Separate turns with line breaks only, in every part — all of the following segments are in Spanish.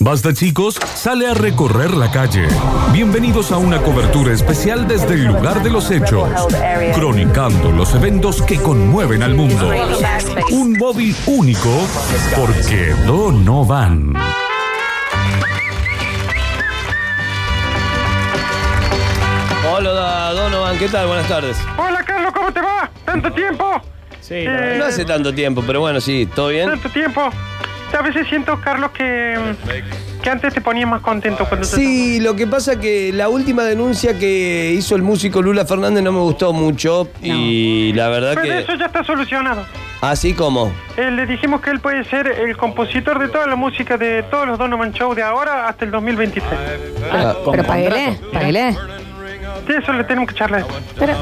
Basta chicos, sale a recorrer la calle. Bienvenidos a una cobertura especial desde el lugar de los hechos, cronicando los eventos que conmueven al mundo. Un Bobby único, porque do no van.
Hola Donovan, ¿qué tal? Buenas tardes.
Hola Carlos, ¿cómo te va? ¿Tanto tiempo?
Sí,
Eh,
No hace tanto tiempo, pero bueno, sí, ¿todo bien?
¿Tanto tiempo? A veces siento, Carlos, que, mm, que antes te ponías más contento cuando te-
Sí, lo que pasa que la última denuncia que hizo el músico Lula Fernández no me gustó mucho y la verdad
Pero
que...
eso ya está solucionado.
Así como...
Eh, le dijimos que él puede ser el compositor de toda la música de todos los Donovan Show de ahora hasta el 2023.
Ah,
Pero paguele, paguele.
De eso le tenemos que
Ah,
charlar.
Pero,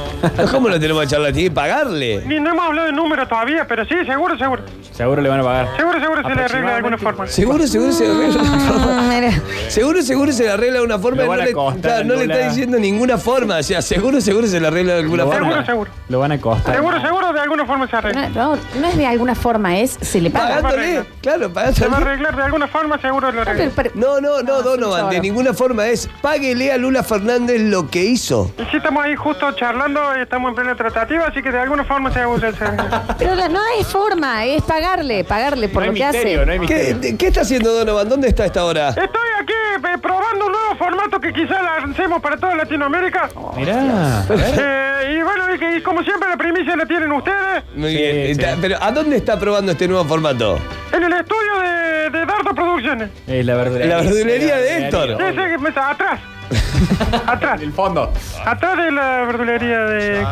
¿Cómo lo tenemos que charlar? Tiene que pagarle.
Ni no hemos hablado de números todavía, pero sí, seguro, seguro.
seguro le van a pagar.
Seguro, seguro se le arregla de alguna forma.
Seguro, seguro se arregla de una forma.
mm, mira,
Seguro, seguro se le arregla de una forma. y
Lo
No
van a
le,
costar,
claro, no le
Lula.
está diciendo ninguna forma. O sea, seguro, seguro se le arregla de alguna
Lo van a-
Seguro,
forma.
seguro.
Lo van a costar.
Seguro, seguro de alguna forma se
no,
arregla.
no, no es de alguna forma, es se le paga.
Pagándole, claro,
Se va a
pagándole.
arreglar de alguna forma, seguro lo
No, pero-
arregla.
pero-
No, no, no,
es un
Donovan, de
choro.
ninguna forma es. Páguele a Lula Fernández lo que hizo.
Y sí, estamos ahí justo charlando, eh, estamos en plena tratativa, así que de alguna forma se se- se-
Pero la- no hay forma, es pagarle, pagarle por
No hay
lo que
misterio,
hace.
no hay
¿Qué,
misterio.
de- qué está haciendo Donovan? ¿Dónde está a esta hora?
Estoy aquí eh, probando un nuevo formato que quizás lancemos para toda Latinoamérica.
Mirá.
Eh, y bueno, y, que- y como siempre la primicia la tienen ustedes
Muy
Sí,
bien.
sí.
Está- Pero ¿a dónde está probando este nuevo formato?
en el estudio de, de Dardo Producciones.
Es la verdulería.
La verdulería de
La
Héctor.
De
verdulería.
ese que me está atrás. atrás.
El fondo.
Atrás de la verdulería de...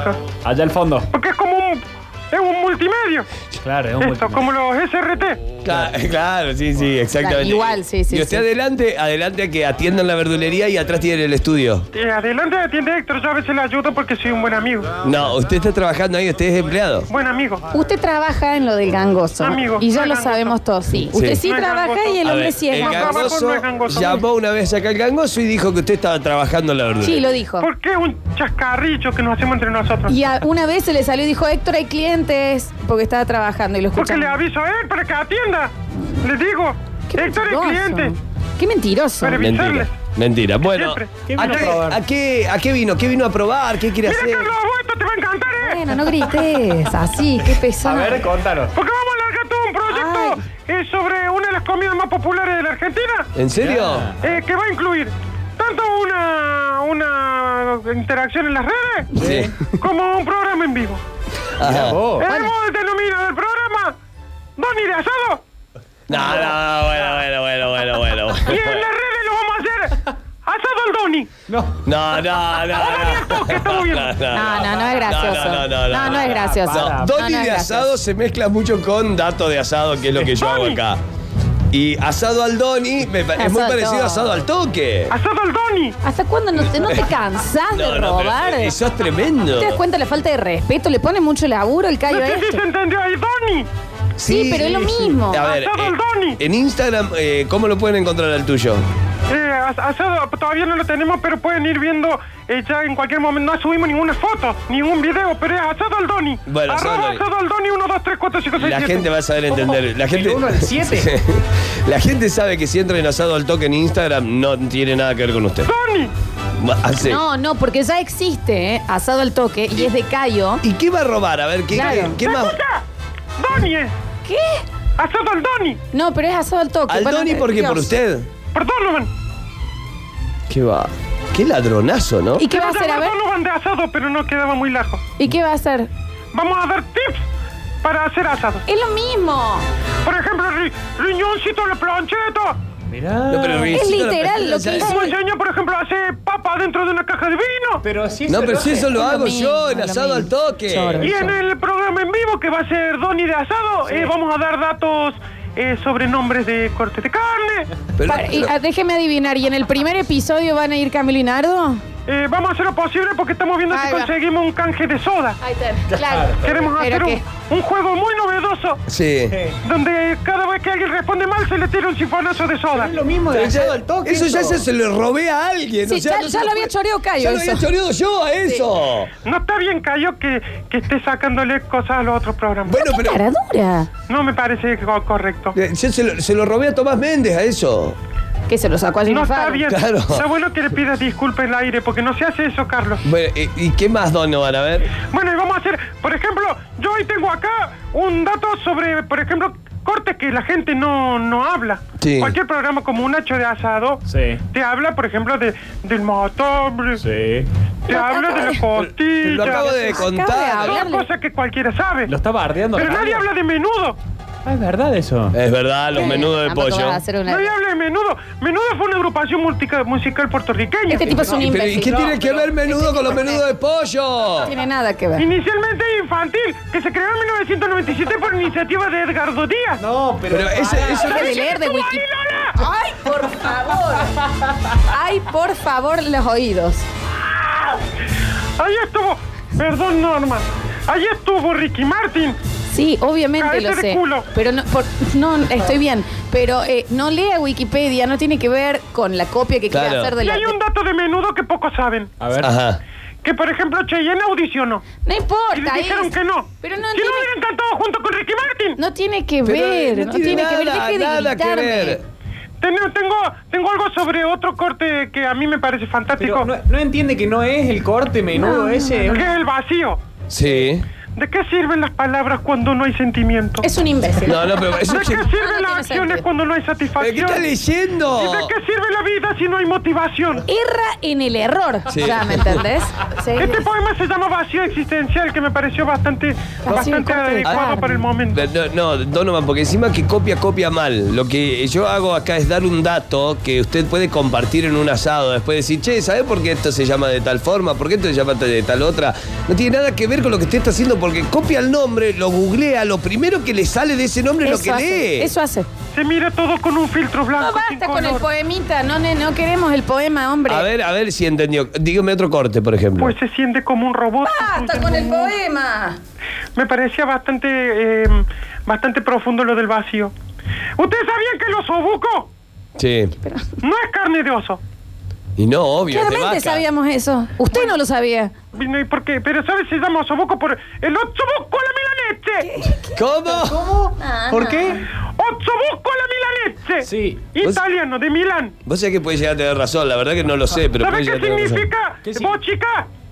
Allá al fondo.
Porque es como un... Es un multimedio.
Claro, es un
Esto, como los SRT.
Claro, claro, sí, sí, exactamente.
Igual, sí, sí,
Y usted
sí.
adelante, adelante a que atiendan la verdulería y atrás tienen el estudio.
Eh, adelante atiende Héctor, yo a veces le ayudo porque soy un buen amigo.
No, usted está trabajando ahí, usted es empleado.
Buen amigo.
Usted trabaja en lo del gangoso.
Amigo,
y
no
ya
es
lo
gangoso.
sabemos todos, sí. Usted sí
No es
trabaja
gangoso.
y el
A
hombre
ver,
sí es
el
gangoso.
gangoso.
gangoso
No es gangoso.
llamó una vez acá el gangoso y dijo que usted estaba trabajando en la verdulería.
Sí, lo dijo.
Porque es un chascarrillo que nos hacemos entre nosotros.
Y a- una vez se le salió y dijo, Héctor, hay clientes, porque estaba trabajando y lo
Porque
escuchamos.
le aviso a él para que atienda. Le digo,
Qué
Héctor es
mentiroso.
cliente.
Qué mentiroso.
Pero-
Mentira, mentira. Bueno,
Siempre.
¿Qué
¿a
vino a
qué,
probar?
a qué- a qué vino? ¿Qué vino a probar? ¿Qué quiere
Mira,
hacer?
Carlos, vos esto te va a encantar, ¿eh?
Bueno, no grites así, qué
A
pesado.
ver, contanos.
Porque vamos a largar todo un proyecto eh, sobre una de las comidas más populares de la Argentina,
¿En serio?
eh, que va a incluir tanto una, una interacción en las redes
Sí.
como un programa en vivo.
Ajá.
Oh,
Hemos denominado el programa Donny de Asado
No, no, bueno, bueno, bueno, bueno, bueno,
y
bueno.
en las redes lo vamos a hacer Asado al Donny.
no.
No, no, no, no.
que estamos viendo.
No, no, no es gracioso.
No, no, no, no, no,
es
no.
gracioso.
No,
No,
Donny
no es
de
gracioso.
asado se mezcla mucho con dato de asado, que es lo que yo hago
Donny.
acá. Y asado al Donny me pa- es
Asado
muy
al
parecido a
Donny.
asado al toque.
Asado al Donny.
¿Hasta cuándo no te, no te cansás
No,
de
no, pero eh,
robar?
Eso es tremendo.
¿Te das cuenta la falta de respeto? Le pone mucho laburo el callo
No
a
sé si
esto.
se entendió ahí, Donny.
Sí, pero es lo mismo.
A ver,
Asado al
eh,
Donny.
en Instagram, eh, ¿cómo lo pueden encontrar al tuyo?
Eh, as- asado todavía no lo tenemos, pero pueden ir viendo eh, ya en cualquier momento. No subimos ninguna foto, ningún video, pero es asado al Doni.
Bueno, asado
Arroba
al Doni.
asado al Doni 1, 2, 3, 4, 5, 6,
La
7.
gente va a saber entender. La gente,
Del uno al siete.
la gente sabe que si entra en asado al toque en Instagram, no tiene nada que ver con usted.
¡Doni!
Ah, sí.
No, no, porque ya existe, ¿eh? Asado al toque y es de callo.
¿Y qué va a robar? A ver, ¿qué,
Claro.
qué- qué más?
¡Escucha! ¡Doni es!
¿Qué?
¡Asado al Doni!
No, pero es asado al toque.
Al
Bueno,
Donny, porque
Dios.
por usted.
Por Donovan.
¿Qué va? Qué ladronazo, ¿no?
¿Y qué va a
Se
hacer? A
llama
ver.
Donovan de asado, pero no quedaba muy largo.
¿Y qué va a hacer?
Vamos a dar tips para hacer asado.
Es lo mismo.
Por ejemplo, ri- riñoncito a la plancheta.
Mirá.
No, pero
Es
Luisito,
literal lo que
¿sabes?
hizo.
Vamos a enseñar, por ejemplo, a hacer papa dentro de una caja de vino.
Pero si
No, pero si eso lo
Es lo
hago
mismo,
yo, el
es lo
asado al
mismo.
toque.
Choro.
Y en el programa en vivo que va a ser Donny de Asado, eh, vamos a dar datos eh, sobre nombres de cortes de carne.
Pero-
Para- y, ah, déjeme adivinar, ¿y en el primer episodio van a ir Camilo y Nardo?
Eh, vamos a hacer lo posible porque estamos viendo
Ahí
si
va.
conseguimos un canje de soda.
Ahí está, claro.
Queremos hacer
Pero
un, un juego muy novedoso
Sí.
donde cada vez que alguien responde mal se le tira un sifonazo de soda.
es lo mismo de
Pero ya-
asado al toque.
eso ya
esto.
se, se lo robé a alguien.
Sí,
o sea,
ya-
no
ya
se
lo había
puede-
choreado Cayo
Ya lo había
eso.
choreado yo a eso.
No está bien, Cayo, que, que esté sacándole cosas a los otros programas.
Bueno, pero
Cara dura.
No me parece co- correcto.
eh, yo se lo, se lo robé a Tomás Méndez a eso.
Que se lo sacó a Jimmy
No está
Fallon.
bien.
Claro.
Está bueno que le pidas disculpas en el aire, porque no se hace eso, Carlos.
Bueno, eh, ¿y qué más, Donovan? A ver.
Bueno, y vamos a hacer, por ejemplo, yo hoy tengo acá un dato sobre, por ejemplo, cortes que la gente no, no habla.
Sí.
Cualquier programa como un hacho de asado
Sí.
te habla, por ejemplo, de, del motor,
Sí.
te habla de la costilla.
Lo acabo de
Acaba
contar.
de
Son
hablarle.
cosas que cualquiera sabe.
Lo está bardeando.
Pero nadie habla de menudo.
Ah, es verdad eso.
Es verdad, los
Eh,
menudos de
tampoco
pollo.
vas a hacer una-
Nadie habla de menudo. Menudo fue una agrupación multica- musical puertorriqueña.
Este tipo es un
¿Y pero, ¿y
imbécil.
qué
No,
tiene que ver menudo con los menudos de pollo?
no tiene nada que ver.
Inicialmente infantil, que se creó en 1997 por iniciativa de Edgardo Díaz.
No,
Pero ese, eso
Deja de leer de
¡Ahí,
Wikipedia.
Lola!
¡Ay, por favor! ¡Ay, por favor, los oídos!
Ahí estuvo, perdón Norma, ahí estuvo Ricky Martin.
Sí, obviamente
Cállate
lo
de
sé.
culo.
Pero no, por- no, estoy bien. Pero eh, no lea Wikipedia, no tiene que ver con la copia que quiere
Claro.
hacer de
Y
Pues la.
hay un dato de menudo que pocos saben.
A ver.
Ajá.
Que por ejemplo Cheyenne audicionó.
No
Y le
importa,
dijeron
es-
que no.
Pero no,
que
tiene,
no hubieran cantado junto con Ricky Martin.
no tiene que
Pero,
ver.
eh,
no tiene que ver.
nada-
Deje de
nada que
gritarme.
ver.
Ten- tengo, tengo algo sobre otro corte que a mí me parece fantástico.
Pero no, eh, no entiende que no es el corte menudo ese.
Que es el vacío.
Sí.
¿De qué sirven las palabras cuando no hay sentimiento?
Es un imbécil.
No, no, pero eso
¿De qué
¿Pero
sirven
tiene
las acciones
sentido.
cuando no hay
¿Qué
satisfacción?
está
¿Y
leyendo?
de qué sirve la vida si no hay motivación?
Erra en el error.
Sí.
Ya, ¿me entendés? Sí.
Este poema se llama Vacío Existencial, que me pareció bastante, bastante
corto de
adecuado
carne.
para el momento.
No, no, Donovan, porque encima que copia, copia mal. Lo que yo hago acá es dar un dato que usted puede compartir en un asado. Después decir, che, ¿sabe por qué esto se llama de tal forma? ¿Por qué esto se llama de tal otra? No tiene nada que ver con lo que usted está haciendo porque copia el nombre, lo googlea, lo primero que le sale de ese nombre es
Eso
lo que
hace.
lee.
Eso hace.
Se mira todo con un filtro blanco.
No
sin
basta con el
color.
poemita, no, ne- no queremos el poema, hombre.
A ver, a ver si entendió. Dígame otro corte, por ejemplo.
Pues se siente como un robot.
Basta con el poema.
Me parecía bastante, eh, bastante profundo lo del vacío. ¿Ustedes sabían que el osobuco
Sí.
no es carne de oso?
Y no, obvio. es de
Claramente
vaca.
sabíamos eso. Usted no lo sabía.
No, ¿y por qué? Pero ¿sabes? Se llama osobuco por... ¡El osobuco a la milanese!
¿Cómo?
¿Por qué?
¡Osobuco a la milanese!
Sí.
Italiano, de Milán.
Vos sabés que puede llegar a tener razón, la verdad que no lo sé, pero pues puede
¿Sabes
llegar
qué
a tener razón.
significa?
¿Qué
¿Vos,
significa?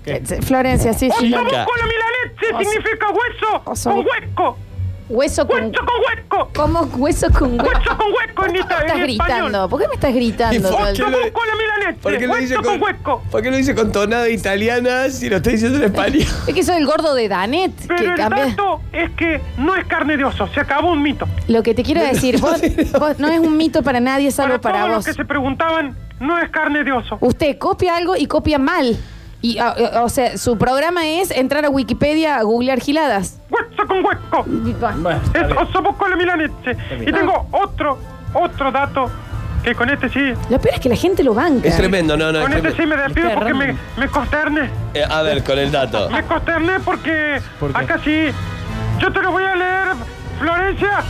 chica?
¿Qué?
Eh, Florencia, sí, sí.
Osobuco
Acá.
a la milanese significa hueso con
Osobuco.
hueco.
Hueso con.
Hueso con hueco.
¿Cómo hueso con hueso?
Hueso con hueco en, ita-
estás
en español.
gritando? ¿Por qué me estás
¿Y
gritando?
por
todo el
qué
tiempo?
le-
Osobuco a la
¿Por qué
milanese.
lo dice
Hueso con hueco.
¿Por qué lo dice con tonada italiana si lo está diciendo en español?
Es que soy el gordo de Danet.
Pero
que
el
cambié-
dato es que no es carne de oso, se acabó un mito.
Lo que te quiero decir, vos, vos no es un mito para nadie, salvo
Para,
para,
todos los
vos.
que se preguntaban, no es carne de oso.
Usted copia algo y copia mal. Y, ah, eh, o sea, su programa es entrar a Wikipedia a googlear giladas.
Hueso con hueco.
Bueno, está
Es
bien.
osobuco a la milanese.
bien.
Y tengo otro, otro dato que con este sí,
Ah,
Lo peor es que la gente lo banca.
Es tremendo, no, no. es
con este sí
tremendo.
me despido
Está
porque me,
errando.
me consterné.
Eh, a ver, con el dato.
Me consterné porque
¿Por qué?
acá sí. Yo te lo voy a leer, Florencia.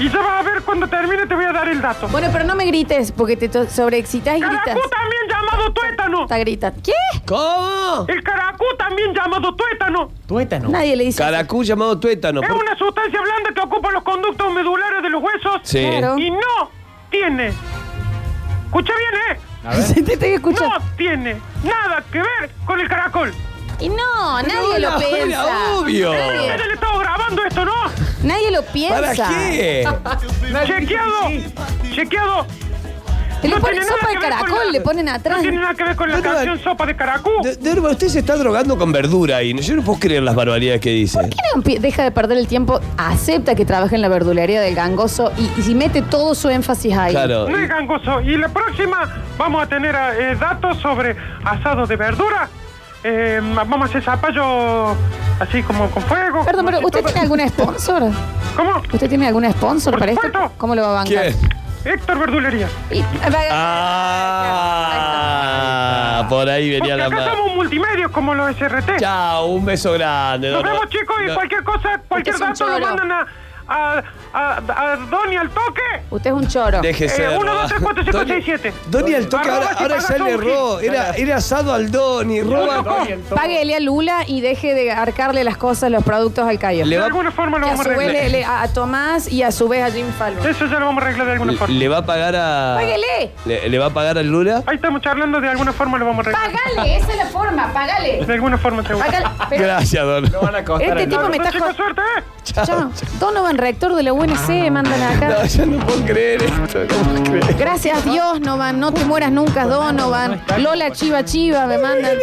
Y ya vas a ver cuando termine, te voy a dar el dato.
Bueno, pero no me grites porque te to- sobreexcitas y gritas.
Caracú también llamado tuétano.
Está gritas. ¿Qué?
¿Cómo?
El caracú también llamado tuétano.
Tuétano.
Nadie le dice.
Caracú llamado tuétano.
Es
¿por-
una sustancia blanda que ocupa los conductos medulares de los huesos.
Sí.
Claro.
Y no tiene. Escucha bien, ¿eh?
A ver.
Sí, te estoy escuchando.
No tiene nada que ver con el caracol.
Y no, nadie
era-
lo piensa.
era obvio.
Nadie,
Ustedes le estaba grabando esto, ¿no?
nadie lo piensa.
¿Para qué?
Nadie dijo
Chequeado.
que sí.
Chequeado.
Te le
No
ponen
tiene nada
sopa de
que ver con
caracol,
la-
le ponen atrás.
No tiene nada que ver con la
No, no,
canción Sopa de Caracú.
De- de verdad, usted se está drogando con verdura y yo no puedo creer las barbaridades que dice.
Mira, pi- Deja de perder el tiempo, acepta que trabaja en la verdulería del gangoso y, y si mete todo su énfasis ahí.
Claro.
No es gangoso. Y la próxima vamos a tener eh, datos sobre asado de verdura. Eh, vamos a hacer zapallo así como con fuego.
Perdón,
como
pero
así
¿usted
todo.
tiene algún sponsor?
¿Cómo?
¿Usted tiene algún sponsor
Por
para esto?
supuesto.
¿Cómo lo va a bancar?
¿Quién?
Héctor Verdulería.
Y- eh,
Ah, por ahí
Porque
venía la
acá
mano.
somos multimedios como los SRT.
Chao, un beso grande.
Nos
Donovan.
vemos, chicos, y
No-
cualquier cosa, cualquier
es un
dato lo
choro.
mandan a, a, a, a Donny al toque.
Usted es un choro.
Déjese.
Eh,
de
uno,
robar.
dos, tres, cuatro, cinco,
Donny-
seis, siete.
Donny al toque, ahora,
Arroba si
ahora
pagas
ya le
Tunji.
erró. Era, era asado al Donny, roba.
Páguele a Lula y deje de arcarle las cosas, los productos al callo.
Le
De
va-
alguna forma
Y
lo
a
vamos
su
a
vez
arreglar.
le- le- a, a Tomás y a su vez a Jimmy Fallon.
Eso ya lo vamos a arreglar de alguna forma.
Le va a pagar a.
Páguele.
Le, le va a pagar al Lula.
Ahí estamos charlando, de alguna forma lo vamos a arreglar.
Págale, esa es la forma, págale.
De alguna forma seguro.
Págale. Pero-
Gracias, Don.
No van a costar
Este
a
tipo
nada.
me
Bueno,
está
chicos,
jodiendo.
suerte, ¿eh?
Chao. Donovan, rector de la UNC, mandan acá.
No, yo no puedo creer esto, no puedo creer.
Gracias Dios, Novan. No te mueras nunca, Donovan. Lola Chiva Chiva, me mandan.